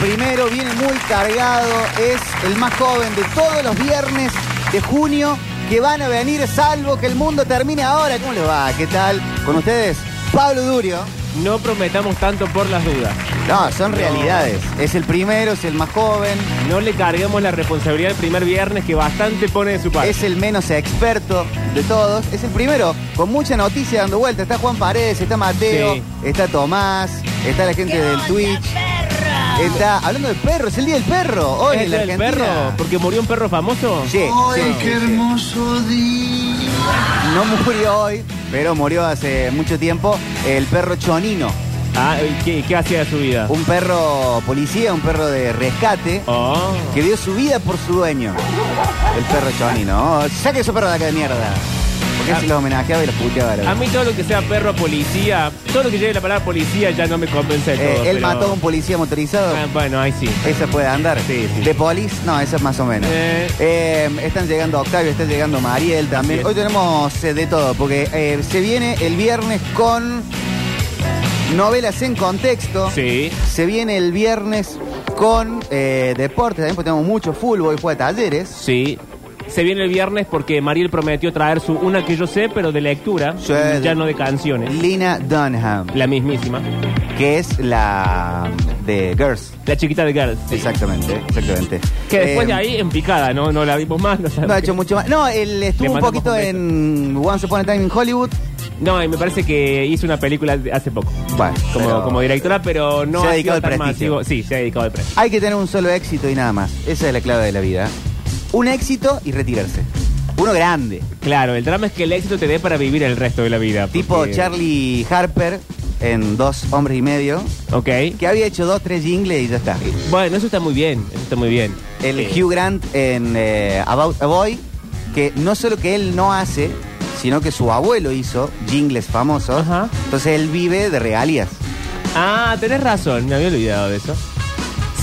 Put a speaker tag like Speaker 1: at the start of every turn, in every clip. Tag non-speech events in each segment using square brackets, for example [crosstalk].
Speaker 1: primero, viene muy cargado, es el más joven de todos los viernes de junio que van a venir, salvo que el mundo termine ahora. ¿Cómo les va? ¿Qué tal? Con ustedes, Pablo Durio.
Speaker 2: No prometamos tanto por las dudas.
Speaker 1: No, son realidades. Es el primero, es el más joven,
Speaker 2: No le carguemos la responsabilidad del primer viernes que bastante pone de su parte.
Speaker 1: es el menos experto de todos. Es el primero, con mucha noticia dando vuelta. Está Juan Paredes, está Mateo,
Speaker 2: Sí.
Speaker 1: está Tomás, está la gente del Twitch. Está hablando del perro, es el día del perro. Hoy
Speaker 2: ¿Es
Speaker 1: en la
Speaker 2: el del
Speaker 1: Argentina.
Speaker 2: perro? ¿Porque murió un perro famoso?
Speaker 1: Sí,
Speaker 3: Ay,
Speaker 1: sí,
Speaker 3: qué
Speaker 1: sí.
Speaker 3: hermoso día.
Speaker 1: No murió hoy, pero murió hace mucho tiempo el perro Chonino.
Speaker 2: Ah, ¿y ¿qué, qué hacía de su vida?
Speaker 1: Un perro policía, un perro de rescate,
Speaker 2: Oh.
Speaker 1: que dio su vida por su dueño. El perro Chonino. Oh, Saque esos perros de acá de mierda. Porque
Speaker 2: Ah.
Speaker 1: se los homenajeaba y los puteaba. la
Speaker 2: A
Speaker 1: verdad.
Speaker 2: mí todo lo que sea perro policía, todo lo que lleve la palabra policía ya no me convence de
Speaker 1: Eh,
Speaker 2: todo.
Speaker 1: él
Speaker 2: pero-
Speaker 1: mató a un policía motorizado.
Speaker 2: Ah, bueno, ahí sí.
Speaker 1: Esa puede andar.
Speaker 2: Sí, sí.
Speaker 1: De polis, no, esa es más o menos.
Speaker 2: Eh.
Speaker 1: Eh, están llegando Octavio, está llegando Mariel también.
Speaker 2: Así es.
Speaker 1: Hoy tenemos eh, de todo, porque eh, se viene el viernes con novelas en contexto.
Speaker 2: Sí.
Speaker 1: Se viene el viernes con eh, deportes también, porque tenemos mucho fútbol y juega talleres.
Speaker 2: Sí. Se viene el viernes porque Mariel prometió traer su una que yo sé, pero de lectura,
Speaker 1: Sí.
Speaker 2: ya no de canciones.
Speaker 1: Lina Dunham,
Speaker 2: La mismísima.
Speaker 1: que es la mm, de Girls.
Speaker 2: La chiquita de Girls. sí.
Speaker 1: Exactamente, exactamente.
Speaker 2: Que después de
Speaker 1: Eh,
Speaker 2: ahí en picada, ¿no? No la vimos más. No,
Speaker 1: No ha hecho mucho más. No, él estuvo un
Speaker 2: mandamos
Speaker 1: poquito
Speaker 2: un beso.
Speaker 1: en Once Upon a Time in Hollywood.
Speaker 2: No, y me parece que hizo una película de- hace poco.
Speaker 1: Bueno,
Speaker 2: Como,
Speaker 1: pero-
Speaker 2: como directora, pero no
Speaker 1: Se ha
Speaker 2: ha
Speaker 1: dedicado
Speaker 2: sido
Speaker 1: al
Speaker 2: tan
Speaker 1: prestigio.
Speaker 2: masivo. Sí, se ha dedicado al prestigio.
Speaker 1: Hay que tener un solo éxito y nada más. Esa es la clave de la vida. ¿eh? Un éxito y retirarse. Uno grande.
Speaker 2: Claro, el drama es que el éxito te dé para vivir el resto de la vida.
Speaker 1: Tipo
Speaker 2: porque-
Speaker 1: Charlie Harper en Dos Hombres y Medio,
Speaker 2: Ok.
Speaker 1: que había hecho dos, tres jingles y ya está.
Speaker 2: Bueno, eso está muy bien. Eso está muy bien.
Speaker 1: El
Speaker 2: Eh,
Speaker 1: Hugh Grant en eh, About a Boy, que no solo que él no hace, sino que su abuelo hizo jingles famosos.
Speaker 2: Ajá.
Speaker 1: Entonces él vive de regalías.
Speaker 2: Ah, tenés razón, me había olvidado de eso.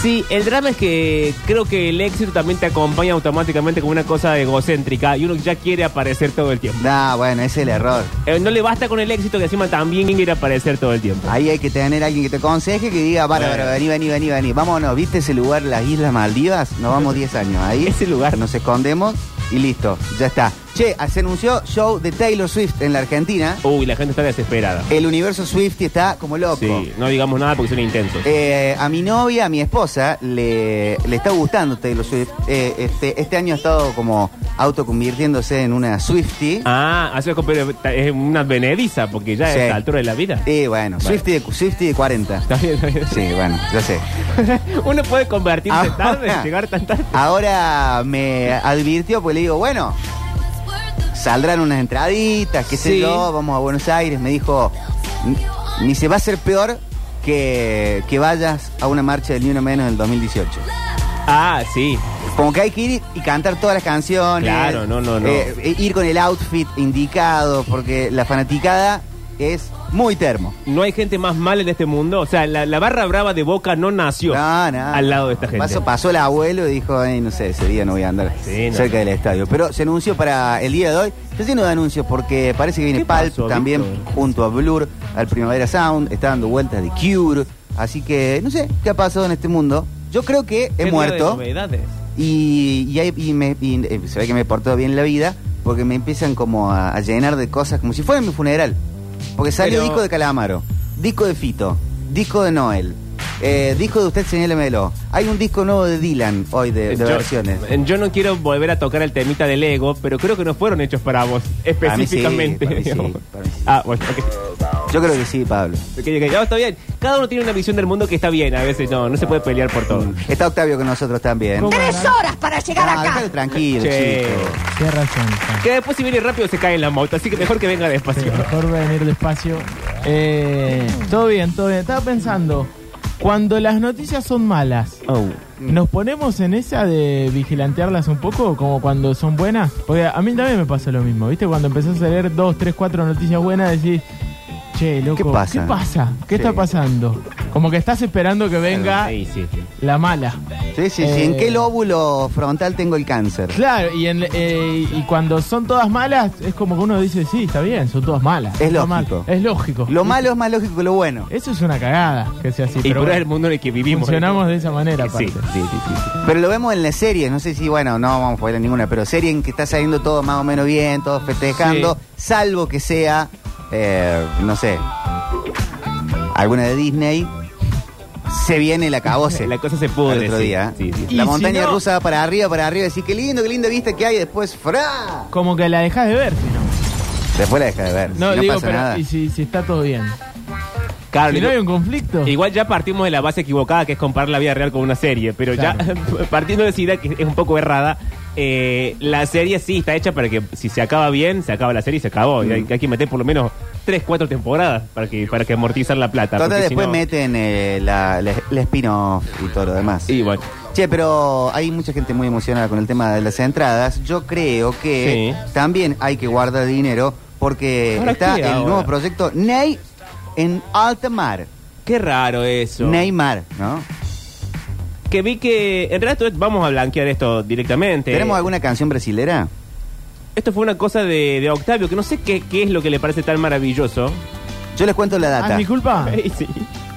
Speaker 2: Sí, el drama es que creo que el éxito también te acompaña automáticamente con una cosa egocéntrica y uno ya quiere aparecer todo el tiempo.
Speaker 1: Nah, Ah, bueno, ese es el error.
Speaker 2: Eh, no le basta con el éxito que encima también quiere aparecer todo el tiempo.
Speaker 1: Ahí hay que tener alguien que te aconseje que diga, para, para, vení, vení, vení, vení. Vámonos, ¿viste ese lugar, las Islas Maldivas? Nos vamos 10 años ahí.
Speaker 2: Ese lugar.
Speaker 1: Nos escondemos y listo, ya está. Che, se anunció show de Taylor Swift en la Argentina.
Speaker 2: Uy, la gente está desesperada.
Speaker 1: El universo Swift está como loco.
Speaker 2: Sí, no digamos nada porque son intensos.
Speaker 1: Eh, a mi novia, a mi esposa, le, le está gustando Taylor Swift. Eh, este, este año ha estado como autoconvirtiéndose en una Swiftie.
Speaker 2: Ah, hace como- pero es una benediza porque ya
Speaker 1: Sí.
Speaker 2: es la altura de la vida.
Speaker 1: Y bueno, Swiftie, de, Swiftie de 40.
Speaker 2: Está bien, está bien.
Speaker 1: Sí, Ah. bueno, yo sé.
Speaker 2: [laughs] Uno puede convertirse
Speaker 1: Ahora-
Speaker 2: tarde, llegar tan tarde.
Speaker 1: Ahora me advirtió, pues le digo, bueno, saldrán unas entraditas, qué sé
Speaker 2: Sí.
Speaker 1: yo, vamos a Buenos Aires. Me dijo, "Ni- ni se va a hacer peor que, que vayas a una marcha del Ni Uno Menos del 2018.
Speaker 2: Ah, sí.
Speaker 1: Como que hay que ir y cantar todas las canciones.
Speaker 2: Claro, no, no, no.
Speaker 1: eh, e ir con el outfit indicado, porque la fanaticada es muy termo.
Speaker 2: No hay gente más mal en este mundo. O sea, la, la barra brava de Boca no nació
Speaker 1: No, no.
Speaker 2: al lado de esta gente.
Speaker 1: Pasó, pasó el abuelo y dijo, "Ay, no sé, ese día no voy a andar
Speaker 2: Sí, no.
Speaker 1: cerca del estadio. Pero se anunció para el día de hoy. Está lleno de anuncios porque parece que viene
Speaker 2: ¿Qué
Speaker 1: Pulp
Speaker 2: pasó,
Speaker 1: también
Speaker 2: Víctor?
Speaker 1: junto a Blur, al Primavera Sound, está dando vueltas de Cure. Así que no sé qué ha pasado en este mundo. Yo creo que
Speaker 2: Qué
Speaker 1: he
Speaker 2: día
Speaker 1: muerto
Speaker 2: de novedades.
Speaker 1: y, y, hay- y me- y, eh, se ve que me he portado bien la vida porque me empiezan como a, a llenar de cosas como si fuera mi funeral. Porque salió
Speaker 2: Pero-
Speaker 1: disco de Calamaro, disco de Fito, disco de Noel, eh, disco de Usted Señálemelo. Hay un disco nuevo de Dylan hoy de, de
Speaker 2: Yo-
Speaker 1: versiones.
Speaker 2: eh, Yo no quiero volver a tocar el temita del ego, pero creo que no fueron hechos para vos,
Speaker 1: Para mí sí,
Speaker 2: específicamente.
Speaker 1: para mí sí,
Speaker 2: digamos.
Speaker 1: para mí sí.
Speaker 2: Ah, bueno, ok.
Speaker 1: Yo creo que sí, Pablo.
Speaker 2: Ok, ok, no, está bien. Cada uno tiene una visión del mundo que está bien. A veces no, no se puede pelear por todo.
Speaker 1: Está Octavio con nosotros también.
Speaker 2: ¿Cómo?
Speaker 4: Tres horas para llegar
Speaker 1: Ah,
Speaker 4: acá.
Speaker 1: déjalo tranquilo,
Speaker 2: Che.
Speaker 1: chico.
Speaker 5: Tienes razón. Juan.
Speaker 2: Que después si viene rápido se cae en la moto, así que mejor que venga
Speaker 5: Sí,
Speaker 2: despacio.
Speaker 5: mejor va a venir despacio. Eh, todo bien, todo bien. Estaba pensando, cuando las noticias son malas,
Speaker 2: Oh.
Speaker 5: ¿nos ponemos en esa de vigilantearlas un poco como cuando son buenas? Porque a mí también me pasa lo mismo, ¿viste? Cuando empezás a leer dos, tres, cuatro noticias buenas, decís, che, loco,
Speaker 1: ¿Qué pasa?
Speaker 5: ¿Qué, pasa? ¿Qué
Speaker 1: Sí.
Speaker 5: está pasando? Como que estás esperando que venga
Speaker 2: Sí, sí.
Speaker 5: la mala.
Speaker 1: Sí, sí, sí. ¿En
Speaker 5: Eh,
Speaker 1: qué lóbulo frontal tengo el cáncer?
Speaker 5: Claro, y, en- eh, y cuando son todas malas, es como que uno dice, sí, está bien, son todas malas.
Speaker 1: Es
Speaker 5: Está mal.
Speaker 1: lógico.
Speaker 5: Es lógico.
Speaker 2: Eh.
Speaker 1: Lo malo es más lógico que lo bueno.
Speaker 5: Eso es una cagada que sea así.
Speaker 2: y
Speaker 5: pero
Speaker 2: por
Speaker 5: bueno,
Speaker 2: el mundo en el que vivimos.
Speaker 5: funcionamos de esa manera,
Speaker 2: Sí,
Speaker 5: aparte.
Speaker 2: sí, sí, sí, sí.
Speaker 1: Pero lo vemos en las series, no sé si, bueno, no vamos a poner ninguna, pero serie en que está saliendo todo más o menos bien, todos festejando,
Speaker 5: Sí.
Speaker 1: salvo que sea, eh, no sé, alguna de Disney, se viene la cabose.
Speaker 2: La cosa se
Speaker 1: al
Speaker 2: pudre.
Speaker 1: otro
Speaker 2: sí.
Speaker 1: día. ¿eh?
Speaker 2: Sí, sí.
Speaker 5: Y
Speaker 1: La
Speaker 5: si
Speaker 1: montaña
Speaker 5: no-
Speaker 1: rusa va para arriba, para arriba, decir, qué lindo, qué linda vista que hay, después, ¡fra!
Speaker 5: Como que la dejas de ver, si no.
Speaker 1: Después la deja de ver, si no,
Speaker 5: No, digo,
Speaker 1: pasa
Speaker 5: pero
Speaker 1: nada.
Speaker 5: y si, si está todo bien.
Speaker 2: Claro,
Speaker 5: si
Speaker 2: Ah, digo,
Speaker 5: no hay un conflicto.
Speaker 2: Igual ya partimos de la base equivocada que es comparar la vida real con una serie, pero ya [laughs] partiendo de esa idea que es un poco errada, eh, la serie sí está hecha para que si se acaba bien, se acaba la serie y se acabó. Y
Speaker 5: Mm.
Speaker 2: hay, hay que meter por lo menos 3, 4 temporadas para que para que amortizar la plata.
Speaker 1: Total,
Speaker 2: porque si
Speaker 1: después
Speaker 2: no-
Speaker 1: meten eh, la, la- la spin-off y todo lo demás.
Speaker 2: Y bueno,
Speaker 1: Che, pero hay mucha gente muy emocionada con el tema de las entradas. Yo creo que
Speaker 2: Sí.
Speaker 1: también hay que guardar dinero porque
Speaker 2: ¿Ahora
Speaker 1: está
Speaker 2: qué?
Speaker 1: el
Speaker 2: Ahora.
Speaker 1: nuevo proyecto Ney en alta mar.
Speaker 2: qué raro eso.
Speaker 1: Neymar, ¿no?
Speaker 2: Que vi que en realidad esto- vamos a blanquear esto directamente.
Speaker 1: ¿Tenemos alguna canción brasilera?
Speaker 2: Esto fue una cosa de, de Octavio que no sé qué, qué es lo que le parece tan maravilloso.
Speaker 1: Yo les cuento la
Speaker 5: Ah,
Speaker 1: data.
Speaker 5: ¿Es mi culpa?
Speaker 2: Ay, [laughs] sí.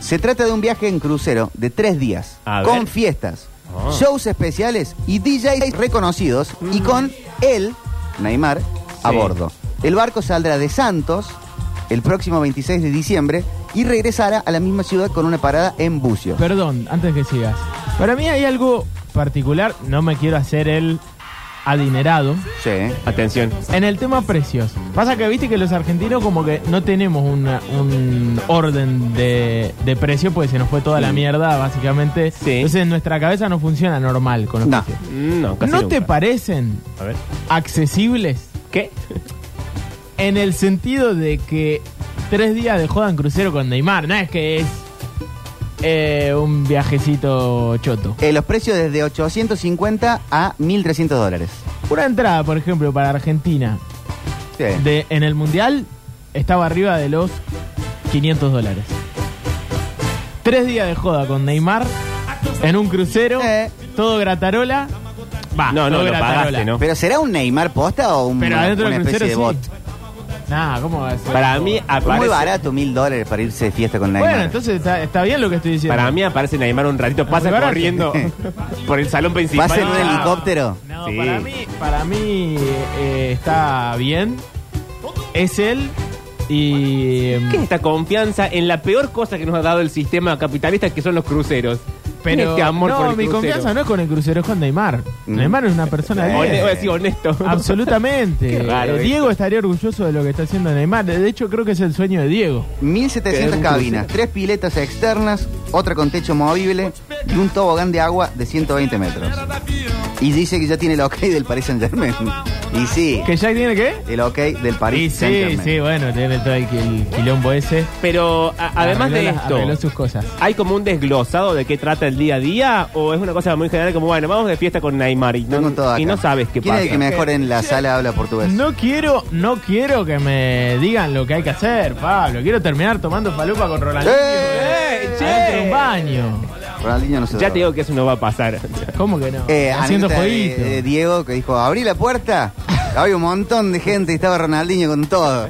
Speaker 1: Se trata de un viaje en crucero de tres días,
Speaker 2: A ver.
Speaker 1: con fiestas,
Speaker 2: Ah.
Speaker 1: shows especiales y DJs reconocidos
Speaker 5: Mm.
Speaker 1: y con él, Neymar, a
Speaker 2: Sí.
Speaker 1: bordo. El barco saldrá de Santos el próximo 26 de diciembre y regresará a la misma ciudad con una parada en bucio.
Speaker 5: Perdón, antes que sigas. Para mí hay algo particular, no me quiero hacer el adinerado,
Speaker 1: Sí.
Speaker 2: Atención.
Speaker 5: en el tema precios. Pasa que viste que los argentinos como que no tenemos una- un orden de, de precio, porque se nos fue toda la mierda, básicamente.
Speaker 2: Sí.
Speaker 5: Entonces nuestra cabeza no funciona normal con los
Speaker 1: No.
Speaker 5: precios.
Speaker 2: No, casi
Speaker 5: ¿No
Speaker 2: nunca.
Speaker 5: te parecen
Speaker 2: A ver.
Speaker 5: accesibles?
Speaker 2: ¿Qué?
Speaker 5: En el sentido de que tres días de joda en crucero con Neymar, no es que es eh, un viajecito choto.
Speaker 1: Eh, los precios desde 850 a 1.300 dólares.
Speaker 5: Una entrada, por ejemplo, para Argentina
Speaker 1: Sí.
Speaker 5: de, en el Mundial estaba arriba de los 500 dólares. Tres días de joda con Neymar en un crucero,
Speaker 1: Eh.
Speaker 5: todo gratarola. Va,
Speaker 2: No, no,
Speaker 5: todo
Speaker 2: lo
Speaker 5: gratarola.
Speaker 2: pagaste, ¿no?
Speaker 1: ¿Pero será un Neymar posta o un-
Speaker 5: Pero adentro
Speaker 1: una
Speaker 5: del
Speaker 1: especie
Speaker 5: crucero
Speaker 1: de
Speaker 5: sí.
Speaker 1: bot?
Speaker 5: Nah, ¿cómo va a ser?
Speaker 2: Para mí aparece.
Speaker 1: Fue Muy barato, mil dólares para irse de fiesta con Neymar.
Speaker 5: Bueno, entonces está, está bien lo que estoy diciendo.
Speaker 2: Para mí aparece Neymar un ratito, pasa
Speaker 5: Muy barato.
Speaker 2: corriendo por el salón principal.
Speaker 1: Pasa en un
Speaker 2: Ah,
Speaker 1: helicóptero.
Speaker 5: No,
Speaker 2: Sí.
Speaker 5: para mí, para mí eh, está bien. Es él y... em,
Speaker 2: ¿Qué es esta confianza en la peor cosa que nos ha dado el sistema capitalista, que son los cruceros? ¿Qué es
Speaker 5: Pero
Speaker 2: este amor
Speaker 5: no,
Speaker 2: por el
Speaker 5: mi
Speaker 2: crucero?
Speaker 5: confianza no es con el crucero, es con Neymar.
Speaker 1: Mm.
Speaker 5: Neymar es una persona de
Speaker 1: Eh.
Speaker 2: Hone-
Speaker 5: bien.
Speaker 2: voy a decir honesto.
Speaker 5: Absolutamente.
Speaker 2: Qué raro,
Speaker 5: Eh,
Speaker 2: ¿eh?
Speaker 5: Diego estaría orgulloso de lo que está haciendo Neymar. De hecho, creo que es el sueño de Diego.
Speaker 1: 1700 cabinas, tres piletas externas, otra con techo movible y un tobogán de agua de 120 metros. Y dice que ya tiene el ok del Paris Saint Germain. Y sí,
Speaker 5: ¿Que Jack tiene qué?
Speaker 1: el ok del
Speaker 5: Y
Speaker 1: Paris Saint
Speaker 5: sí,
Speaker 1: Germain.
Speaker 5: sí, bueno, tiene todo el, el quilombo ese.
Speaker 2: Pero a- además de
Speaker 5: Arregló las-
Speaker 2: esto,
Speaker 5: Arregló sus cosas.
Speaker 2: ¿hay como un desglosado de qué trata el día a día? ¿O es una cosa muy general como, bueno, vamos de fiesta con Neymar y
Speaker 1: Tengo todo
Speaker 2: no,
Speaker 1: acá.
Speaker 2: y no sabes qué
Speaker 1: ¿Quién
Speaker 2: pasa?
Speaker 1: es el que mejor en la sala habla portugués?
Speaker 5: No quiero, no quiero que me digan lo que hay que hacer, Pablo. Quiero terminar tomando falupa con Rolandinho.
Speaker 1: ¡Eh,
Speaker 5: adentro de un baño.
Speaker 1: Ronaldinho no se
Speaker 2: Ya
Speaker 1: droga.
Speaker 2: te digo que eso no va a pasar.
Speaker 5: ¿Cómo que no?
Speaker 1: Eh,
Speaker 5: Haciendo
Speaker 1: anécdota de-
Speaker 5: jueguito.
Speaker 1: de Diego que dijo, abrí la puerta, [laughs] había un montón de gente y estaba Ronaldinho con todo.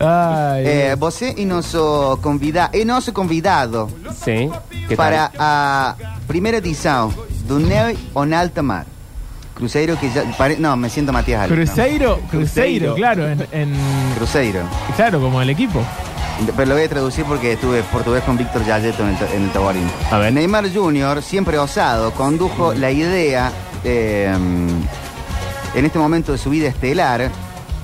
Speaker 5: Ay,
Speaker 1: Eh, vos e nosso convida e nosso convidado
Speaker 2: sí. ¿Qué tal?
Speaker 1: para a primeira edição do Neu on Alta Mar. Cruzeiro que já. pare- Não, me siento Matias Alves.
Speaker 5: Cruzeiro,
Speaker 2: Cruzeiro.
Speaker 5: Cruzeiro, claro, en, en-
Speaker 1: não. Cruzeiro.
Speaker 5: claro, como el equipo.
Speaker 1: Pero lo voy a traducir porque estuve portugués con Víctor Yayeto en el, ta- en el Taborín.
Speaker 2: A ver.
Speaker 1: Neymar Jr., siempre osado, condujo la idea eh, en este momento de su vida estelar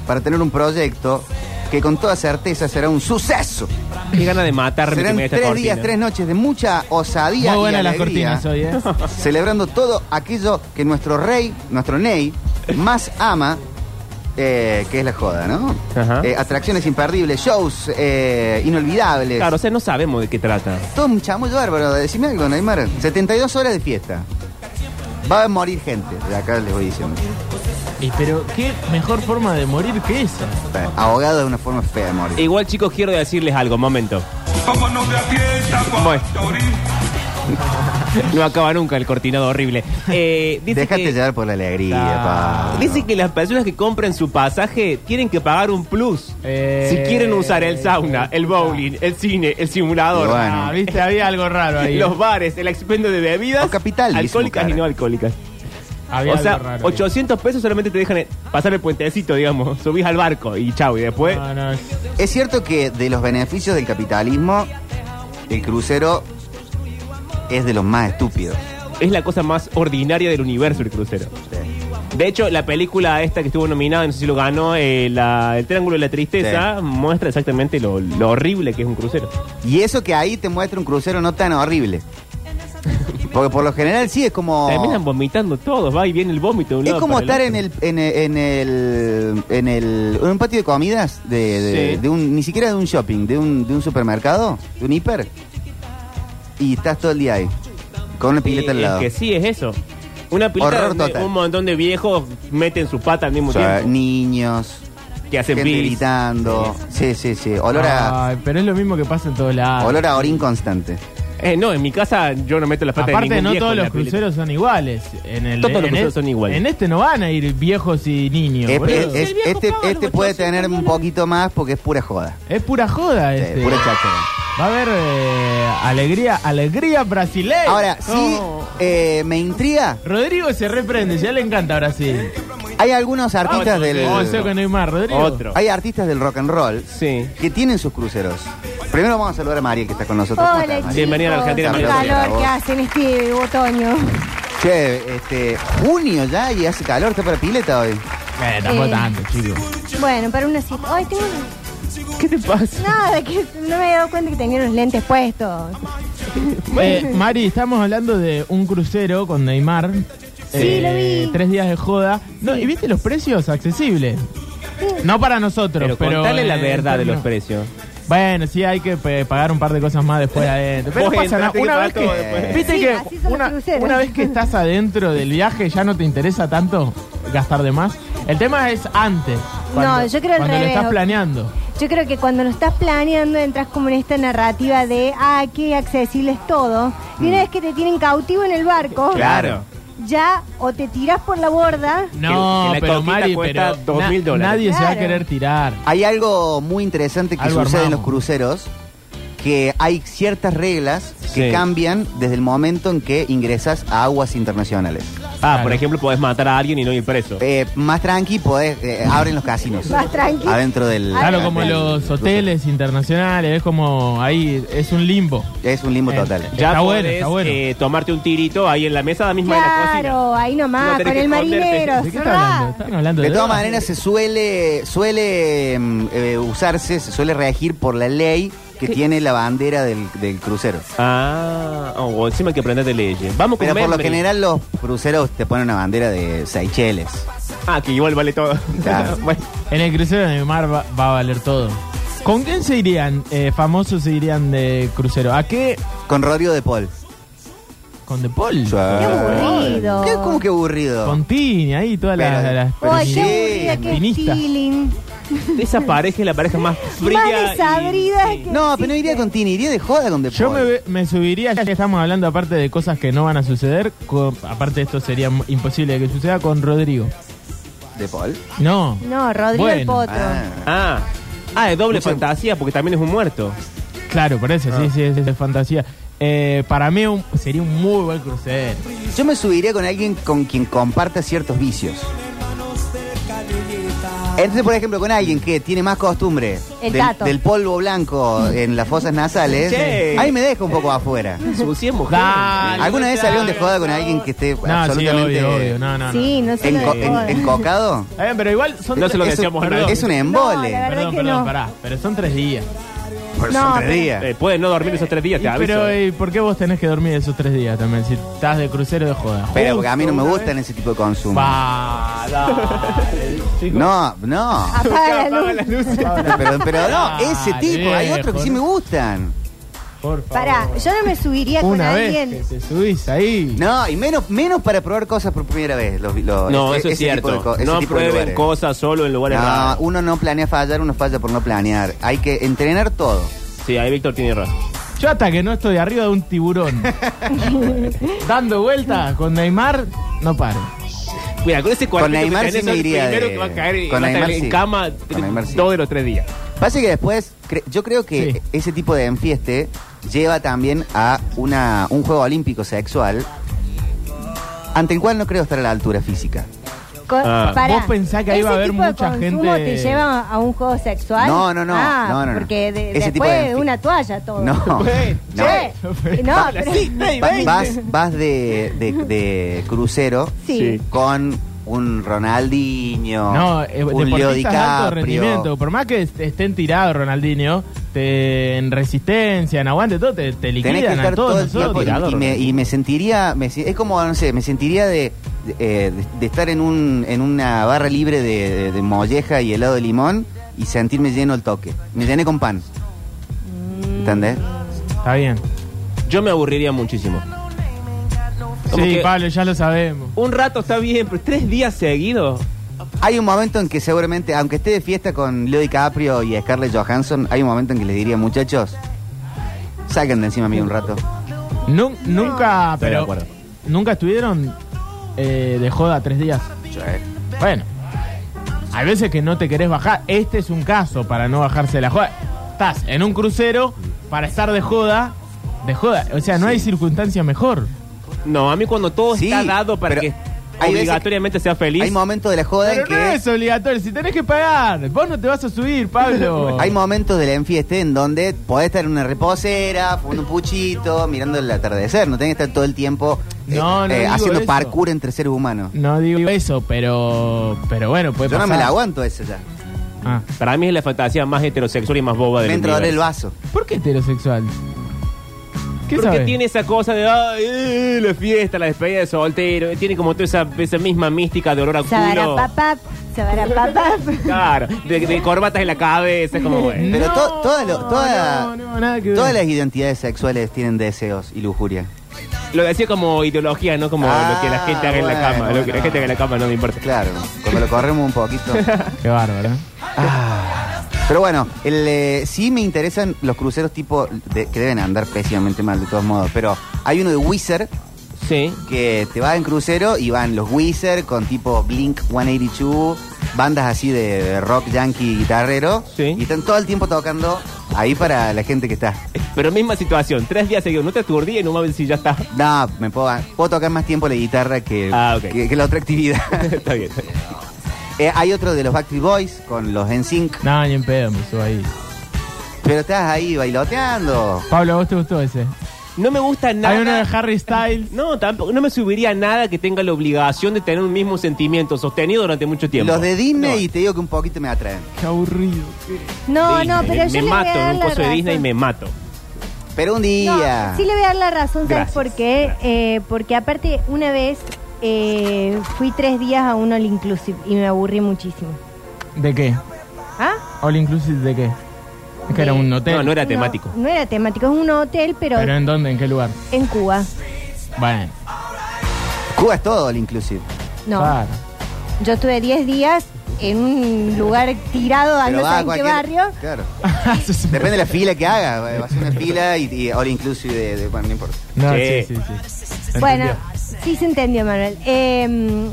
Speaker 1: para tener un proyecto que con toda certeza será un suceso.
Speaker 2: Qué gana de matarme que
Speaker 1: Serán
Speaker 2: me dé esta
Speaker 1: tres
Speaker 2: cortina.
Speaker 1: días, tres noches de mucha osadía
Speaker 5: Muy
Speaker 1: y
Speaker 5: buenas las
Speaker 1: alegría,
Speaker 5: cortinas hoy, ¿eh?
Speaker 1: [laughs] celebrando todo aquello que nuestro rey, nuestro Ney, más ama, eh, que es la joda, ¿no?
Speaker 2: Ajá.
Speaker 1: Eh, atracciones imperdibles, shows eh, inolvidables.
Speaker 2: Claro, o sea, no sabemos de qué trata.
Speaker 1: Todo un chamuyo bárbaro. Decime algo, Neymar. 72 horas de fiesta. Va a morir gente, de acá les voy diciendo.
Speaker 5: Y pero qué mejor forma de morir que esa.
Speaker 1: Eh, Ahogado de una forma fea de morir.
Speaker 2: Igual, chicos,
Speaker 1: [laughs]
Speaker 2: quiero decirles algo, momento.
Speaker 4: Vámonos de fiesta,
Speaker 2: Bueno.
Speaker 4: Guachorí.
Speaker 2: No acaba nunca el cortinado horrible. Eh, dice
Speaker 1: Déjate
Speaker 2: que-
Speaker 1: llevar por la alegría,
Speaker 5: Ah.
Speaker 1: Pablo.
Speaker 2: Dice que las personas que compren su pasaje tienen que pagar un plus.
Speaker 5: Eh,
Speaker 2: si quieren usar el sauna,
Speaker 1: Ah.
Speaker 2: el bowling, el cine, el simulador,
Speaker 1: Y bueno.
Speaker 5: Ah, viste, había algo
Speaker 1: [laughs]
Speaker 5: raro ahí.
Speaker 2: [laughs] los bares, el expendio de bebidas,
Speaker 1: O capitalismo,
Speaker 2: alcohólicas
Speaker 1: cara.
Speaker 2: y no alcohólicas.
Speaker 5: Había
Speaker 2: o sea,
Speaker 5: algo raro.
Speaker 2: 800 pesos solamente te dejan eh, pasar el puentecito, digamos. Subís al barco y chau, y
Speaker 1: eh.
Speaker 2: después...
Speaker 5: No, no, es-
Speaker 1: Es cierto que de los beneficios del capitalismo, el crucero es de los más estúpidos.
Speaker 2: Es la cosa más ordinaria del universo el crucero. De hecho, la película esta que estuvo nominada, no sé si lo ganó, eh, la- El Triángulo de la Tristeza, muestra exactamente lo, lo horrible que es un crucero.
Speaker 1: Y eso que ahí te muestra un crucero no tan horrible. Porque por lo general sí es como.
Speaker 2: Terminan vomitando todos, va y viene el vómito de un
Speaker 1: Es
Speaker 2: lado
Speaker 1: como
Speaker 2: para
Speaker 1: estar en
Speaker 2: otro.
Speaker 1: el, en el, en el, en el- en un patio de comidas de, de-
Speaker 2: Sí.
Speaker 1: de un, ni siquiera de un shopping, de un, de un supermercado, de un hiper. Y estás todo el día ahí. Con una pileta al
Speaker 2: Eh,
Speaker 1: lado.
Speaker 2: Es que sí, es eso. Una pileta
Speaker 1: Horror
Speaker 2: donde
Speaker 1: total.
Speaker 2: un montón de viejos meten su pata al mismo
Speaker 1: O sea,
Speaker 2: tiempo.
Speaker 1: niños,
Speaker 2: que hacen
Speaker 1: gente
Speaker 2: pis. Ah,
Speaker 1: gritando. Sí, sí, sí. Olor a,
Speaker 5: Ay, pero es lo mismo que pasa en todos lados.
Speaker 1: olor a orín constante.
Speaker 2: Eh, no, en mi casa yo no meto la pata de
Speaker 5: Aparte,
Speaker 2: ningún
Speaker 5: no
Speaker 2: viejo
Speaker 5: todos
Speaker 2: en la
Speaker 5: los
Speaker 2: pileta.
Speaker 5: cruceros son iguales. En el,
Speaker 2: Todos los
Speaker 5: en
Speaker 2: cruceros
Speaker 5: este-
Speaker 2: son iguales.
Speaker 5: En este no van a ir viejos y niños.
Speaker 1: Es-
Speaker 5: boludo.
Speaker 1: es-
Speaker 5: Es,
Speaker 1: es- este este puede tener un poquito más porque es pura joda.
Speaker 5: pura joda
Speaker 1: Sí,
Speaker 5: este.
Speaker 1: pura cháchara.
Speaker 5: Va a haber eh, alegría, alegría brasileña.
Speaker 1: Ahora, sí
Speaker 5: No.
Speaker 1: eh, me intriga.
Speaker 5: Rodrigo se reprende, ya le encanta Brasil.
Speaker 1: Hay algunos artistas del.
Speaker 5: Oh, sé que no hay más, Rodrigo.
Speaker 2: Otro.
Speaker 1: Hay artistas del rock and roll
Speaker 2: Sí.
Speaker 1: que tienen sus cruceros. Primero vamos a saludar a María que está con nosotros. ¿Cómo
Speaker 4: Hola,
Speaker 1: estás,
Speaker 4: chicos.
Speaker 1: María?
Speaker 2: Bienvenida a la Argentina,
Speaker 4: Qué
Speaker 2: María.
Speaker 4: calor que hace en este otoño.
Speaker 1: Che, este, junio ya y hace calor, está para pileta hoy.
Speaker 5: Eh, tampoco
Speaker 4: Eh.
Speaker 5: tanto, chicos.
Speaker 4: Bueno, para una cita. Ay, tengo
Speaker 2: ¿Qué te pasa?
Speaker 4: nada, que no me he dado cuenta que tenía los lentes puestos.
Speaker 5: Eh, Mari, estamos hablando de un crucero con Neymar. Eh,
Speaker 4: Sí, lo vi.
Speaker 5: Tres días de joda. No, ¿Y viste los precios accesibles? No para nosotros,
Speaker 2: Pero,
Speaker 5: pero.
Speaker 2: contale la
Speaker 5: eh,
Speaker 2: verdad de los
Speaker 5: no.
Speaker 2: precios.
Speaker 5: Bueno, sí, hay que eh, pagar un par de cosas más después adentro. Pero
Speaker 2: Vos
Speaker 5: no pasa nada.
Speaker 2: entraste que
Speaker 5: Una
Speaker 2: pagas
Speaker 5: vez que,
Speaker 2: todo después.
Speaker 5: viste
Speaker 4: Sí, así
Speaker 5: que
Speaker 4: son los
Speaker 5: una,
Speaker 4: cruceros.
Speaker 5: una vez que estás adentro del viaje ya no te interesa tanto gastar de más. El tema es antes.
Speaker 4: No, yo creo al
Speaker 5: Cuando lo
Speaker 4: revés.
Speaker 5: estás planeando.
Speaker 4: Yo creo que cuando lo estás planeando entras como en esta narrativa de, ah, qué accesible es todo. Y una vez que te tienen cautivo en el barco,
Speaker 2: Mm. Claro.
Speaker 4: ya o te tiras por la borda.
Speaker 5: No,
Speaker 2: que la
Speaker 5: pero
Speaker 2: coquita
Speaker 5: Mari,
Speaker 2: cuesta
Speaker 5: pero
Speaker 2: dos
Speaker 5: na-
Speaker 2: mil dólares.
Speaker 5: nadie se va a
Speaker 4: Claro.
Speaker 5: querer tirar.
Speaker 1: Hay algo muy interesante que
Speaker 5: Algo
Speaker 1: sucede en los
Speaker 5: armamos.
Speaker 1: cruceros, que hay ciertas reglas que
Speaker 2: Sí.
Speaker 1: cambian desde el momento en que ingresas a aguas internacionales.
Speaker 2: Ah,
Speaker 5: Claro.
Speaker 2: por ejemplo, podés matar a alguien y no ir preso.
Speaker 1: Eh, más tranqui, podés, eh, abren los casinos.
Speaker 4: Más tranqui.
Speaker 1: Adentro del...
Speaker 5: Claro, como
Speaker 1: del-
Speaker 5: los
Speaker 1: del
Speaker 5: hoteles internacionales, es como ahí, es un limbo.
Speaker 1: crucero. Es un limbo
Speaker 5: Eh,
Speaker 1: total.
Speaker 5: Está bueno, está bueno.
Speaker 2: eh, tomarte un tirito ahí en la mesa misma de la cocina.
Speaker 4: Claro, ahí
Speaker 2: No
Speaker 4: nomás,
Speaker 2: tenés
Speaker 4: con
Speaker 2: que
Speaker 4: el
Speaker 2: esconderte.
Speaker 4: marinero.
Speaker 5: ¿De qué están
Speaker 4: cerrá.
Speaker 5: hablando? Están hablando
Speaker 1: De todas
Speaker 5: drogas.
Speaker 1: maneras se suele suele mm, eh, usarse, se suele regir por la ley que tiene la bandera del, del crucero.
Speaker 2: Ah, oh, encima hay que aprender de leyes. Vamos con
Speaker 1: Pero por lo
Speaker 2: Memory.
Speaker 1: general los cruceros te ponen una bandera de Seychelles.
Speaker 2: Ah, que igual vale todo.
Speaker 1: Claro.
Speaker 2: [laughs] Bueno,
Speaker 5: En el crucero de mar va, va a valer todo. ¿Con quién se irían? eh, famosos se irían de crucero. ¿A qué?
Speaker 1: Con Rodrigo de Paul.
Speaker 5: Con De Paul.
Speaker 1: Qué
Speaker 4: aburrido.
Speaker 1: ¿Qué, ¿Cómo que aburrido?
Speaker 5: Con Tini, ahí todas las...
Speaker 1: Pero-
Speaker 5: las-
Speaker 1: Pero
Speaker 4: Ay,
Speaker 1: sí,
Speaker 4: qué aburrida, qué
Speaker 5: feminista.
Speaker 4: feeling.
Speaker 2: esa pareja es la pareja más fría. y-
Speaker 4: desabrida que-
Speaker 1: No, pero no iría con Tini, iría de joda con de Paul.
Speaker 5: Yo me, ve- me subiría, ya que estamos hablando aparte de cosas que no van a suceder, con- aparte esto sería m- imposible que suceda con Rodrigo.
Speaker 1: ¿De Paul?
Speaker 5: No.
Speaker 4: No, Rodrigo el
Speaker 5: Bueno.
Speaker 4: Potro.
Speaker 1: Ah.
Speaker 2: Ah, ah, es doble
Speaker 1: Mucho-
Speaker 2: fantasía porque también es un
Speaker 5: [laughs]
Speaker 2: muerto.
Speaker 5: Claro, por eso,
Speaker 1: Ah.
Speaker 5: sí, sí, es de fantasía. Eh, para mí un- sería un muy buen crucero.
Speaker 1: Yo me subiría con alguien con quien comparta ciertos vicios. Entonces, por ejemplo, con alguien que tiene más costumbre
Speaker 4: El
Speaker 1: del,
Speaker 4: tato.
Speaker 1: del polvo blanco en las fosas nasales,
Speaker 2: Che.
Speaker 1: ahí me deja un poco afuera.
Speaker 2: Sucia mujer.
Speaker 5: Dale.
Speaker 1: ¿Alguna vez salieron de joda con alguien que esté
Speaker 5: No, sí,
Speaker 1: absolutamente
Speaker 5: obvio, obvio. No, no, no.
Speaker 4: Sí, no sé.
Speaker 1: enco-
Speaker 4: lo de
Speaker 1: en-
Speaker 4: joda.
Speaker 1: encocado?
Speaker 5: Está bien, pero igual son
Speaker 2: No
Speaker 5: tres-
Speaker 2: se lo
Speaker 1: Es un-
Speaker 2: deseamos a
Speaker 5: perdón,
Speaker 2: nadie.
Speaker 1: Es un
Speaker 4: No, la
Speaker 1: embole.
Speaker 4: verdad
Speaker 5: Perdón,
Speaker 4: que
Speaker 5: perdón,
Speaker 4: no.
Speaker 5: pará. Pero son tres días.
Speaker 1: Por eso
Speaker 4: No,
Speaker 1: tres
Speaker 4: pero-
Speaker 1: días.
Speaker 2: Eh, puede no dormir esos tres días, te
Speaker 5: Y,
Speaker 2: aviso. eh.
Speaker 5: pero,
Speaker 1: eh,
Speaker 5: ¿y ¿por qué vos tenés que dormir esos tres días también? Si estás de crucero de joda.
Speaker 1: Pero porque a mí no me
Speaker 5: Justo
Speaker 1: gustan ese tipo de consumo.
Speaker 5: Pa, dale, chico. [laughs]
Speaker 1: No, no.
Speaker 4: Apaga la
Speaker 2: Apaga
Speaker 4: luz.
Speaker 2: las luces.
Speaker 1: Pero, pero no, ese
Speaker 5: Dale,
Speaker 1: tipo. Hay otros que sí me gustan.
Speaker 5: Por favor.
Speaker 4: Pará, yo no me subiría con
Speaker 5: Una vez
Speaker 4: alguien.
Speaker 5: que te subís ahí.
Speaker 1: No, y menos, menos para probar cosas por primera vez. los- los-
Speaker 2: No,
Speaker 1: ese-
Speaker 2: eso es
Speaker 1: ese tipo de co-
Speaker 2: cierto.
Speaker 1: ese
Speaker 2: No
Speaker 1: tipo de
Speaker 2: prueben
Speaker 1: lugares.
Speaker 2: cosas solo en lugares
Speaker 1: No,
Speaker 2: raros.
Speaker 1: uno no planea fallar, uno falla por no planear. Hay que entrenar todo.
Speaker 2: Sí, ahí Víctor tiene razón.
Speaker 5: Yo Yo hasta que no estoy arriba de un
Speaker 4: [laughs]
Speaker 5: tiburón dando vueltas con Neymar, no paro.
Speaker 2: Mira, con ese cuartito
Speaker 1: Neymar
Speaker 2: que tenés,
Speaker 1: sí me
Speaker 2: sos el
Speaker 1: iría
Speaker 2: primero
Speaker 1: de-
Speaker 2: que va a caer y
Speaker 1: con
Speaker 2: va a estar
Speaker 1: Neymar
Speaker 2: en
Speaker 1: sí.
Speaker 2: cama
Speaker 1: Con Neymar sí.
Speaker 2: todos los tres días.
Speaker 1: Pasa que después, cre- yo creo que
Speaker 5: Sí.
Speaker 1: ese tipo de enfieste lleva también a una, un juego olímpico sexual ante el cual no creo estar a la altura física.
Speaker 4: Co-
Speaker 2: Ah.
Speaker 4: pará.
Speaker 5: ¿Vos pensás que ahí va a
Speaker 4: ¿Ese
Speaker 5: haber
Speaker 4: tipo de
Speaker 5: mucha
Speaker 4: consumo
Speaker 5: gente-
Speaker 4: te lleva a un juego sexual?
Speaker 1: No, no, no,
Speaker 4: Ah,
Speaker 1: no, no, no.
Speaker 4: Porque de-
Speaker 1: Ese tipo
Speaker 4: después
Speaker 1: de enfi-
Speaker 4: una toalla todo.
Speaker 1: No.
Speaker 5: [laughs] Bueno,
Speaker 1: no.
Speaker 4: Che, [laughs] no,
Speaker 1: Va-
Speaker 4: pero-
Speaker 1: Va- vas vas de, de- de crucero
Speaker 4: Sí.
Speaker 1: con un Ronaldinho,
Speaker 5: No, eh,
Speaker 1: un Leo
Speaker 5: deportistas de alto
Speaker 1: DiCaprio.
Speaker 5: rendimiento. Por más que est- estén tirados, Ronaldinho, te- en resistencia, en aguante, todo, te, te liquidan
Speaker 1: Tenés que
Speaker 5: a
Speaker 1: estar
Speaker 5: todos
Speaker 1: todo el
Speaker 5: nosotros.
Speaker 1: tiempo y- y, me, y me sentiría, me si- es como, no sé, me sentiría de, de, eh, de- de estar en, un, en una barra libre de, de- de molleja y helado de limón y sentirme lleno el toque. Me llené con pan. ¿Entendés?
Speaker 5: Está bien.
Speaker 2: Yo me aburriría muchísimo. Como
Speaker 5: Sí,
Speaker 2: que
Speaker 5: Pablo, ya lo sabemos.
Speaker 2: Un rato está bien, pero tres días seguidos.
Speaker 1: Hay un momento en que seguramente, aunque esté de fiesta con Leo DiCaprio y Scarlett Johansson, hay un momento en que les diría, muchachos, saquen de encima a mí un rato.
Speaker 5: Nun- nunca,
Speaker 2: Estoy de
Speaker 5: pero.
Speaker 2: acuerdo.
Speaker 5: Nunca estuvieron eh, de joda tres días. Bueno, hay veces que no te querés bajar. Este es un caso para no bajarse de la joda. Estás en un crucero para estar de joda. De joda. O sea, no hay circunstancia mejor.
Speaker 2: No, a mí cuando todo
Speaker 1: Sí,
Speaker 2: está dado para
Speaker 1: pero
Speaker 2: que
Speaker 1: hay veces
Speaker 2: obligatoriamente sea
Speaker 1: Hay
Speaker 2: feliz.
Speaker 1: momentos de la joda
Speaker 5: Pero
Speaker 1: en
Speaker 5: no
Speaker 1: que...
Speaker 5: es obligatorio. Si tenés que pagar, vos no te vas a subir, Pablo.
Speaker 1: [laughs] Hay momentos de la enfieste en donde podés estar en una reposera, fumando un puchito, mirando el atardecer. No tenés que estar todo el tiempo eh,
Speaker 5: No, no
Speaker 1: eh,
Speaker 5: digo
Speaker 1: haciendo
Speaker 5: eso.
Speaker 1: parkour entre seres humanos.
Speaker 5: No digo eso, pero. Pero bueno, puede
Speaker 1: Yo no
Speaker 5: pasar.
Speaker 1: me la aguanto esa ya.
Speaker 5: Ah.
Speaker 2: Para mí es la fantasía más heterosexual y más boba del
Speaker 1: Me entra a doler el
Speaker 2: universo.
Speaker 1: vaso.
Speaker 5: ¿Por qué heterosexual? ¿Qué
Speaker 2: Porque
Speaker 5: sabes?
Speaker 2: tiene esa cosa de ay, eh, la fiesta, la despedida de soltero, eh, tiene como toda esa, esa misma mística de olor a culo.
Speaker 4: Sabarapapap,
Speaker 2: [laughs]
Speaker 4: sabarapapap.
Speaker 2: Claro, de, de corbatas en la cabeza,
Speaker 1: [laughs]
Speaker 2: es como bueno.
Speaker 1: Pero
Speaker 5: No,
Speaker 1: to- todas lo- toda-
Speaker 5: no, no, nada que ver.
Speaker 1: Todas las identidades sexuales tienen deseos y lujuria.
Speaker 2: Lo decía como ideología, no como
Speaker 1: Ah,
Speaker 2: lo que la gente haga en la
Speaker 1: bueno,
Speaker 2: cama. Lo que la
Speaker 1: bueno.
Speaker 2: gente haga en la cama no me importa.
Speaker 1: Claro, cuando lo corremos un poquito.
Speaker 5: Qué bárbaro. ¿eh?
Speaker 1: Pero bueno, el, eh, sí me interesan los cruceros tipo de- que deben andar pésimamente mal de todos modos. Pero hay uno de Wizard
Speaker 2: Sí.
Speaker 1: que te vas en crucero y van los Wizard con tipo Blink 182, bandas así de rock yankee guitarrero.
Speaker 2: Sí.
Speaker 1: Y están todo el tiempo tocando ahí para la gente que está.
Speaker 2: Pero misma situación, tres días seguidos, no te aturdí y no mames si
Speaker 1: [laughs]
Speaker 2: ya está.
Speaker 1: No, me puedo, puedo tocar más tiempo la guitarra que,
Speaker 2: Ah, ok.
Speaker 1: que, que la otra
Speaker 2: [laughs]
Speaker 1: actividad.
Speaker 2: está bien. está bien.
Speaker 1: Eh, hay otro de los Backstreet Boys con los NSYNC,
Speaker 5: No, ni en pedo me subo ahí.
Speaker 1: pero estás ahí bailoteando.
Speaker 5: Pablo, ¿a vos te gustó ese?
Speaker 2: No me gusta nada.
Speaker 5: Hay uno de Harry Styles.
Speaker 2: No, tampoco, no me subiría a nada que tenga la obligación de tener un mismo sentimiento sostenido durante mucho tiempo.
Speaker 1: Los de Disney y
Speaker 2: No.
Speaker 1: te digo que un poquito me atraen.
Speaker 5: Qué aburrido.
Speaker 4: No,
Speaker 2: Disney,
Speaker 4: no, pero
Speaker 2: me
Speaker 4: yo le voy
Speaker 2: mato
Speaker 4: a dar
Speaker 2: en un
Speaker 4: la
Speaker 2: coso de Disney y
Speaker 4: razón.
Speaker 2: me mato.
Speaker 1: Pero un
Speaker 4: No,
Speaker 1: día...
Speaker 4: sí le voy a dar la razón, ¿sabes
Speaker 2: Gracias.
Speaker 4: por qué? Eh, porque aparte, una vez eh, fui tres días a un All Inclusive y me aburrí muchísimo.
Speaker 5: ¿De qué?
Speaker 4: ¿Ah?
Speaker 5: All inclusive de qué? Es que era un hotel.
Speaker 2: No, no era temático.
Speaker 4: No, no era temático, es un hotel, pero,
Speaker 5: Pero en dónde, en qué lugar?
Speaker 4: en Cuba.
Speaker 5: Bueno,
Speaker 1: Cuba es todo el inclusive.
Speaker 4: No,
Speaker 5: claro.
Speaker 4: yo estuve 10 días en un lugar tirado, a
Speaker 1: Pero
Speaker 4: no
Speaker 1: va a
Speaker 4: sé en qué
Speaker 1: cualquier-
Speaker 4: barrio.
Speaker 1: Claro.
Speaker 5: Eso es un-
Speaker 1: Depende de la fila que haga. Va va a ser una fila y, y all inclusive de, de- bueno, no importa.
Speaker 5: No,
Speaker 2: Sí.
Speaker 5: sí, sí, sí. Se
Speaker 4: Bueno,
Speaker 5: entendió.
Speaker 4: sí se entendió, Manuel. Eh,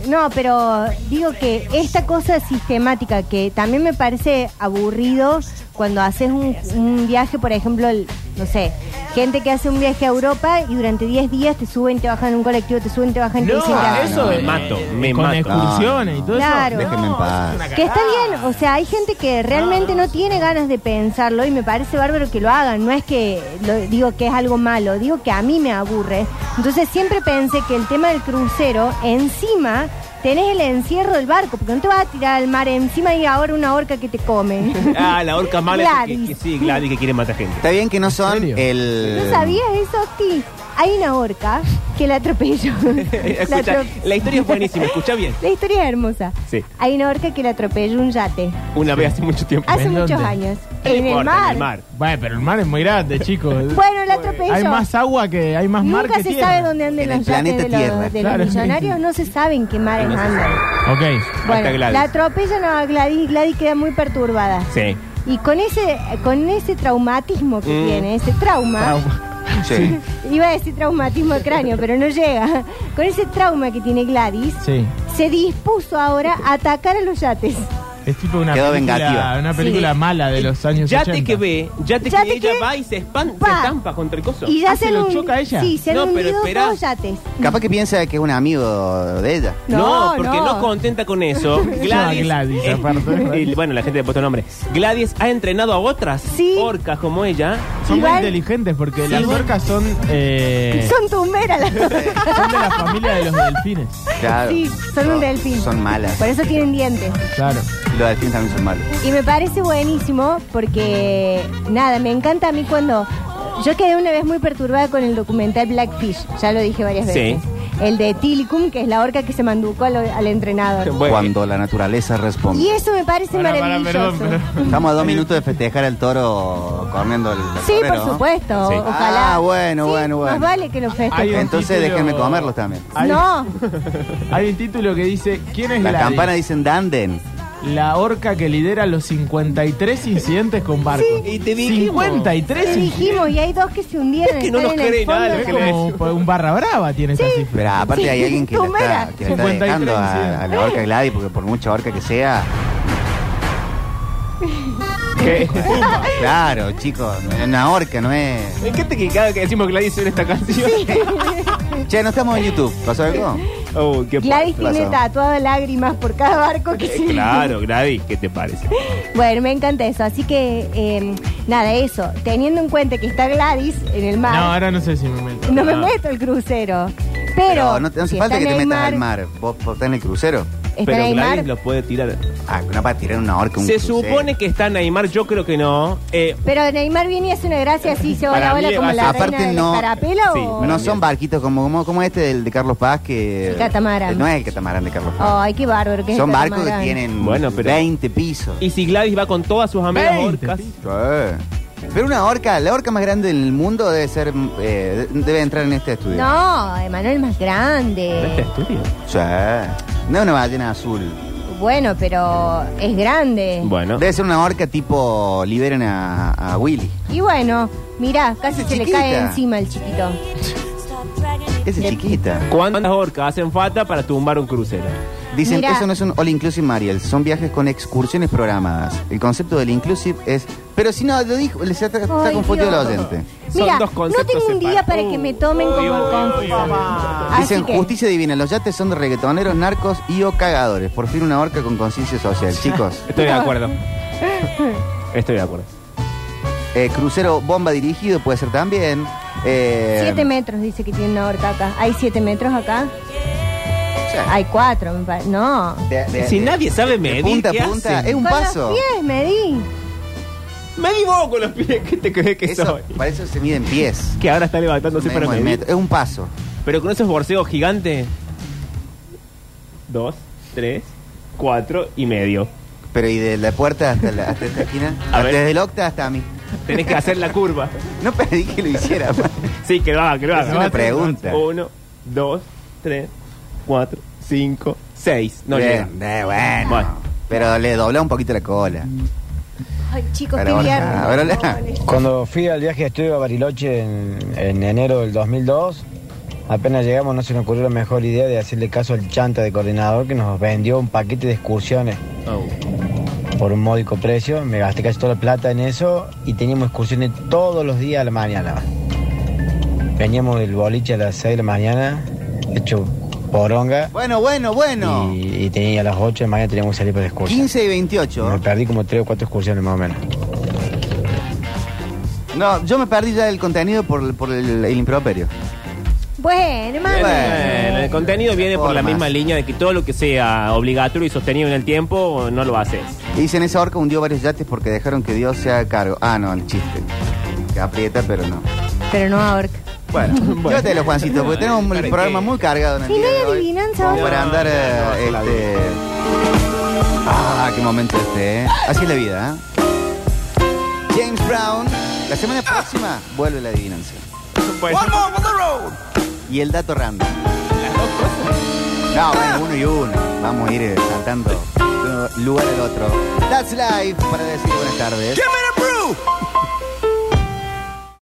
Speaker 4: no, pero digo que esta cosa sistemática que también me parece aburrido cuando haces un, un viaje, por ejemplo, el- no sé, gente que hace un viaje a Europa y durante 10 días te suben, te bajan en un colectivo, te suben, te bajan, te
Speaker 5: No,
Speaker 4: dicen que-
Speaker 5: eso
Speaker 1: no,
Speaker 5: de-
Speaker 1: me
Speaker 2: mato, me
Speaker 5: con
Speaker 2: mato.
Speaker 5: excursiones y todo
Speaker 4: Claro.
Speaker 5: eso.
Speaker 1: Déjenme en paz.
Speaker 4: Que está
Speaker 2: Ah.
Speaker 4: bien, o sea, hay gente que realmente no tiene ganas de pensarlo y me parece bárbaro que lo hagan. No es que lo- digo que es algo malo, digo que a mí me aburre. Entonces siempre pensé que el tema del crucero, encima tenés el encierro del barco, porque no te vas a tirar al mar, encima hay ahora una orca que te
Speaker 2: [laughs]
Speaker 4: come.
Speaker 2: Ah, la orca mala. esa que-
Speaker 4: Gladys.
Speaker 2: que sí, Gladys que quiere matar gente.
Speaker 1: Está bien que no son
Speaker 5: serio?
Speaker 1: el...
Speaker 5: Eh.
Speaker 4: ¿No sabías eso, Octi? Hay una orca que
Speaker 2: [laughs]
Speaker 4: la atropelló. La
Speaker 2: Escucha,
Speaker 4: atro-
Speaker 2: la historia es buenísima, escucha bien.
Speaker 4: La historia es hermosa.
Speaker 2: Sí.
Speaker 4: Hay una orca que la atropelló un yate.
Speaker 2: Una vez hace mucho tiempo.
Speaker 4: Hace
Speaker 5: ¿En
Speaker 4: muchos
Speaker 5: dónde?
Speaker 4: años.
Speaker 2: No importa, en el mar.
Speaker 5: Bueno, pero el mar es muy grande, chicos.
Speaker 4: [laughs] Bueno, la atropelló.
Speaker 5: Hay más agua que hay más mar
Speaker 4: Nunca
Speaker 5: que
Speaker 4: se
Speaker 5: tierra.
Speaker 4: sabe dónde andan
Speaker 1: En el
Speaker 4: los yates
Speaker 1: planeta
Speaker 4: de, los,
Speaker 1: Tierra.
Speaker 4: de los
Speaker 5: Claro.
Speaker 4: millonarios, no se sabe en qué mares
Speaker 2: No se
Speaker 4: andan.
Speaker 5: Ok.
Speaker 2: Hasta
Speaker 4: Bueno,
Speaker 2: Gladys.
Speaker 4: la atropellan a Gladys y Gladys queda muy perturbada.
Speaker 2: Sí.
Speaker 4: Y con ese, con ese traumatismo que
Speaker 2: Mm.
Speaker 4: tiene, ese trauma,
Speaker 1: Ah,
Speaker 5: Trauma.
Speaker 1: Sí.
Speaker 4: iba a decir traumatismo de cráneo, pero no llega. Con ese trauma que tiene Gladys,
Speaker 5: Sí.
Speaker 4: se dispuso ahora a atacar a los yates.
Speaker 5: Es tipo una
Speaker 1: Quedó
Speaker 5: película,
Speaker 1: vengativa.
Speaker 5: una película
Speaker 2: Sí.
Speaker 5: mala de los años
Speaker 2: Yate
Speaker 5: 80.
Speaker 2: que ve, yate,
Speaker 4: Yate
Speaker 2: que ella
Speaker 4: que-
Speaker 2: va y se, espan- se
Speaker 4: Pa.
Speaker 2: estampa contra el coso.
Speaker 4: Y ya
Speaker 5: Ah,
Speaker 4: se,
Speaker 5: ¿se lo
Speaker 4: han-
Speaker 5: choca a ella?
Speaker 4: Sí, se han
Speaker 2: No, pero
Speaker 4: hundido
Speaker 2: esperá.
Speaker 4: dos yates.
Speaker 1: Capaz que piensa que es un amigo de ella.
Speaker 2: No,
Speaker 4: No,
Speaker 2: porque
Speaker 4: no.
Speaker 2: no. contenta
Speaker 4: [laughs]
Speaker 2: con eso. Gladys. eh,
Speaker 5: No, Gladys,
Speaker 2: [laughs]
Speaker 5: aparte.
Speaker 2: y bueno, la gente le puso nombre. Gladys ha entrenado a otras
Speaker 4: Sí.
Speaker 2: orcas como ella.
Speaker 5: Son muy
Speaker 4: Igual-
Speaker 5: inteligentes porque
Speaker 4: Sí.
Speaker 5: las orcas son, eh,
Speaker 4: [laughs] Son tumberas las
Speaker 2: [laughs]
Speaker 4: dos.
Speaker 5: son de la familia de los delfines.
Speaker 1: Claro.
Speaker 4: Sí, son
Speaker 1: No,
Speaker 4: un delfín.
Speaker 1: Son malas.
Speaker 4: Por eso tienen dientes.
Speaker 5: Claro.
Speaker 1: Los delfines también son malos.
Speaker 4: Y me parece buenísimo porque, nada, me encanta a mí cuando... Yo quedé una vez muy perturbada con el documental Blackfish, ya lo dije varias
Speaker 2: Sí.
Speaker 4: veces. El de Tilicum, que es la orca que se manducó al, al entrenador.
Speaker 2: Bueno,
Speaker 1: Cuando la naturaleza responde.
Speaker 4: Y eso me parece
Speaker 5: Pará, pará,
Speaker 4: maravilloso.
Speaker 5: perdón, pero-
Speaker 1: Estamos a dos minutos de festejar al toro corriendo el
Speaker 4: Sí, por
Speaker 1: torero, ¿no?
Speaker 4: supuesto,
Speaker 2: Sí.
Speaker 4: ojalá.
Speaker 1: Ah, bueno,
Speaker 4: Sí,
Speaker 1: bueno, bueno.
Speaker 4: Más vale que lo
Speaker 5: Hay
Speaker 4: festejen.
Speaker 5: un
Speaker 1: Entonces
Speaker 5: título-
Speaker 1: déjenme comerlos también.
Speaker 5: Hay,
Speaker 4: No,
Speaker 5: [laughs] hay un título que dice ¿Quién es
Speaker 1: Las
Speaker 5: la
Speaker 1: campanas dicen Danden.
Speaker 5: La orca que lidera los 53 incidentes con barcos.
Speaker 2: Sí. Y te dijimos.
Speaker 5: 53
Speaker 4: te dijimos, y hay dos que se hundieron.
Speaker 2: Es que no
Speaker 4: están
Speaker 2: nos
Speaker 4: en el
Speaker 2: cree nada
Speaker 4: fondo
Speaker 2: lo
Speaker 4: de
Speaker 5: Es
Speaker 2: que
Speaker 4: la-
Speaker 2: le-
Speaker 5: como un barra brava tiene esa cifra.
Speaker 1: Pero aparte
Speaker 4: Sí,
Speaker 1: hay alguien que la está,
Speaker 4: tumberas.
Speaker 1: que la está
Speaker 5: 53,
Speaker 1: dejando a, a la orca Gladys, porque por mucha orca que sea.
Speaker 2: [laughs] ¿qué?
Speaker 1: Claro, chicos, no es una orca, no es.
Speaker 2: Me encanta que cada que decimos Gladys suena esta canción. [laughs]
Speaker 1: Che, no estamos en YouTube, ¿pasó algo?
Speaker 2: Oh, qué
Speaker 4: Gladys
Speaker 1: Plaza.
Speaker 4: tiene tatuado lágrimas por cada barco que
Speaker 2: Eh,
Speaker 4: se
Speaker 2: Claro, Gladys, ¿qué te parece?
Speaker 4: Bueno, me encanta eso. Así que, eh, nada, eso. Teniendo en cuenta que está Gladys en el
Speaker 5: No,
Speaker 4: mar,
Speaker 5: ahora no sé si me meto.
Speaker 4: no, me
Speaker 5: No.
Speaker 4: meto el crucero. Pero,
Speaker 1: Pero no, te- no hace
Speaker 4: si
Speaker 1: falta
Speaker 4: está
Speaker 1: que te metas
Speaker 4: Neymar,
Speaker 1: al mar. Vos vos estás en el crucero.
Speaker 4: Está
Speaker 2: Pero
Speaker 4: Neymar.
Speaker 2: Gladys lo puede tirar.
Speaker 1: Ah, no para tirar una orca un
Speaker 2: Se
Speaker 1: crucero.
Speaker 2: supone que está Neymar, yo creo que no. Eh,
Speaker 4: Pero Neymar viene y hace una gracia así, se va
Speaker 2: Para
Speaker 4: la bola
Speaker 2: mí,
Speaker 4: como la
Speaker 1: aparte
Speaker 4: reina de
Speaker 1: no-
Speaker 4: la carapela
Speaker 2: Sí,
Speaker 4: o...
Speaker 1: No son barquitos como, como, como este del de Carlos Paz que.
Speaker 4: El catamarán.
Speaker 1: eh, No es el catamarán de Carlos Paz.
Speaker 4: Ay, qué bárbaro que es
Speaker 1: Son
Speaker 4: el
Speaker 1: barcos que
Speaker 4: catamarán.
Speaker 1: tienen
Speaker 2: Bueno, pero-
Speaker 1: 20 pisos.
Speaker 2: y si Gladys va con todas sus amigas
Speaker 5: 20,
Speaker 2: orcas.
Speaker 5: sí.
Speaker 1: Sí. Pero una orca, la orca más grande del mundo debe ser, eh, debe entrar en este estudio.
Speaker 4: No, Emanuel más
Speaker 2: ¿No está [laughs]
Speaker 4: grande.
Speaker 2: estudio?
Speaker 1: Sí. No una ballena azul.
Speaker 4: Bueno, pero es grande.
Speaker 2: Bueno.
Speaker 1: Debe ser una orca tipo liberen a, a Willy.
Speaker 4: Y bueno, mirá, casi
Speaker 1: Es
Speaker 4: se le
Speaker 1: chiquita.
Speaker 4: cae encima el chiquito.
Speaker 1: Esa es chiquita.
Speaker 2: ¿Cuántas orcas hacen falta para tumbar un crucero?
Speaker 1: Dicen,
Speaker 4: Mirá.
Speaker 1: eso no es un all inclusive Mariel, son viajes con excursiones programadas. El concepto del inclusive es. Pero si no, lo dijo, les está, está
Speaker 4: Ay,
Speaker 1: confundido el
Speaker 4: Dios.
Speaker 1: oyente.
Speaker 2: Son
Speaker 4: Mira, no
Speaker 2: dos
Speaker 4: tengo
Speaker 2: conceptos
Speaker 4: un día
Speaker 2: separados.
Speaker 4: para que me tomen
Speaker 2: Uy,
Speaker 4: como
Speaker 2: uy,
Speaker 4: el
Speaker 2: uy, uy.
Speaker 4: Así
Speaker 1: Dicen
Speaker 4: que-
Speaker 1: justicia divina, los yates son de reggaetoneros, narcos y o cagadores. Por fin una orca con conciencia
Speaker 4: [laughs]
Speaker 1: social, chicos.
Speaker 2: Estoy
Speaker 1: [laughs]
Speaker 2: de acuerdo. Estoy de acuerdo.
Speaker 1: Eh, crucero bomba dirigido puede ser también. Eh,
Speaker 4: Siete metros dice que tiene una horta acá. ¿Hay siete metros acá?
Speaker 1: o sea,
Speaker 4: Hay cuatro, me parece. No.
Speaker 1: de- de-
Speaker 2: Si
Speaker 1: de-
Speaker 2: nadie sabe medir,
Speaker 1: de punta a
Speaker 2: ¿qué
Speaker 1: punta,
Speaker 2: hacen?
Speaker 1: es un
Speaker 4: Con
Speaker 1: paso.
Speaker 4: los pies, me di.
Speaker 2: Medí vos con los pies, ¿qué te crees que
Speaker 1: Eso,
Speaker 2: soy?
Speaker 1: para eso se miden pies.
Speaker 2: Que ahora está levantándose para
Speaker 1: Medimos el
Speaker 2: medir.
Speaker 1: metro. Es un paso.
Speaker 2: Pero con esos borseos gigantes. Dos, tres, cuatro y medio.
Speaker 1: Pero y de la puerta hasta, la, hasta esta esquina,
Speaker 2: [laughs] A
Speaker 1: hasta-
Speaker 2: ver.
Speaker 1: desde el octa hasta a mí.
Speaker 2: Tenés que hacer la curva.
Speaker 1: No pedí que lo hiciera. pa.
Speaker 2: Sí, que lo haga, que lo
Speaker 1: Es una
Speaker 2: haga.
Speaker 1: pregunta.
Speaker 2: Uno, dos, tres, cuatro, cinco, seis. [laughs] No llega.
Speaker 1: Bien, eh, bueno.
Speaker 2: Bueno.
Speaker 1: Pero le dobla un poquito la cola.
Speaker 4: Ay, chicos,
Speaker 1: Pero
Speaker 4: qué
Speaker 1: bueno,
Speaker 4: viernes.
Speaker 1: a ver, hola.
Speaker 6: Cuando fui al viaje de estudio a Bariloche en, en enero del 2002, apenas llegamos no se nos ocurrió la mejor idea de hacerle caso al chanta de coordinador que nos vendió un paquete de excursiones
Speaker 2: Oh.
Speaker 6: por un módico precio. Me gasté casi toda la plata en eso y teníamos excursiones todos los días a la mañana. Veníamos del boliche a las 6 de la mañana, hecho poronga,
Speaker 1: Bueno, bueno, bueno.
Speaker 6: y, y tenía a las 8 de la mañana teníamos que salir para la excursión.
Speaker 1: 15 y
Speaker 6: Me
Speaker 1: 28.
Speaker 6: perdí como 3 o 4 excursiones más o menos.
Speaker 1: No, yo me perdí ya el contenido por, por el, el improperio.
Speaker 4: Bueno, hermano.
Speaker 2: Bueno, el contenido viene por la
Speaker 1: Formas.
Speaker 2: misma línea de que todo lo que sea obligatorio y sostenido en el tiempo no lo haces.
Speaker 1: Y dicen, esa orca hundió varios yates porque dejaron que Dios se haga cargo. Ah, no, el chiste. Que aprieta, pero no.
Speaker 4: Pero no a orca.
Speaker 2: [laughs]
Speaker 1: Bueno, llévatelo, Juancito, porque tenemos un
Speaker 2: ¿para qué?
Speaker 1: programa muy cargado en el
Speaker 4: Sí,
Speaker 1: día
Speaker 4: no hay
Speaker 1: de hoy.
Speaker 4: adivinanza
Speaker 1: Como
Speaker 4: hoy.
Speaker 1: para
Speaker 2: No,
Speaker 1: andar,
Speaker 2: no, no,
Speaker 1: eh,
Speaker 2: no, no,
Speaker 1: este... Ah, qué momento este, ¿eh? Así es la vida, ¿eh? James Brown, la semana
Speaker 2: Ah.
Speaker 1: próxima vuelve la adivinanza.
Speaker 2: Bueno,
Speaker 1: Y el dato random. No, bueno, uno y uno. Vamos a ir eh, saltando de uno a un lugar al otro. That's life para decir buenas tardes.
Speaker 7: Give me the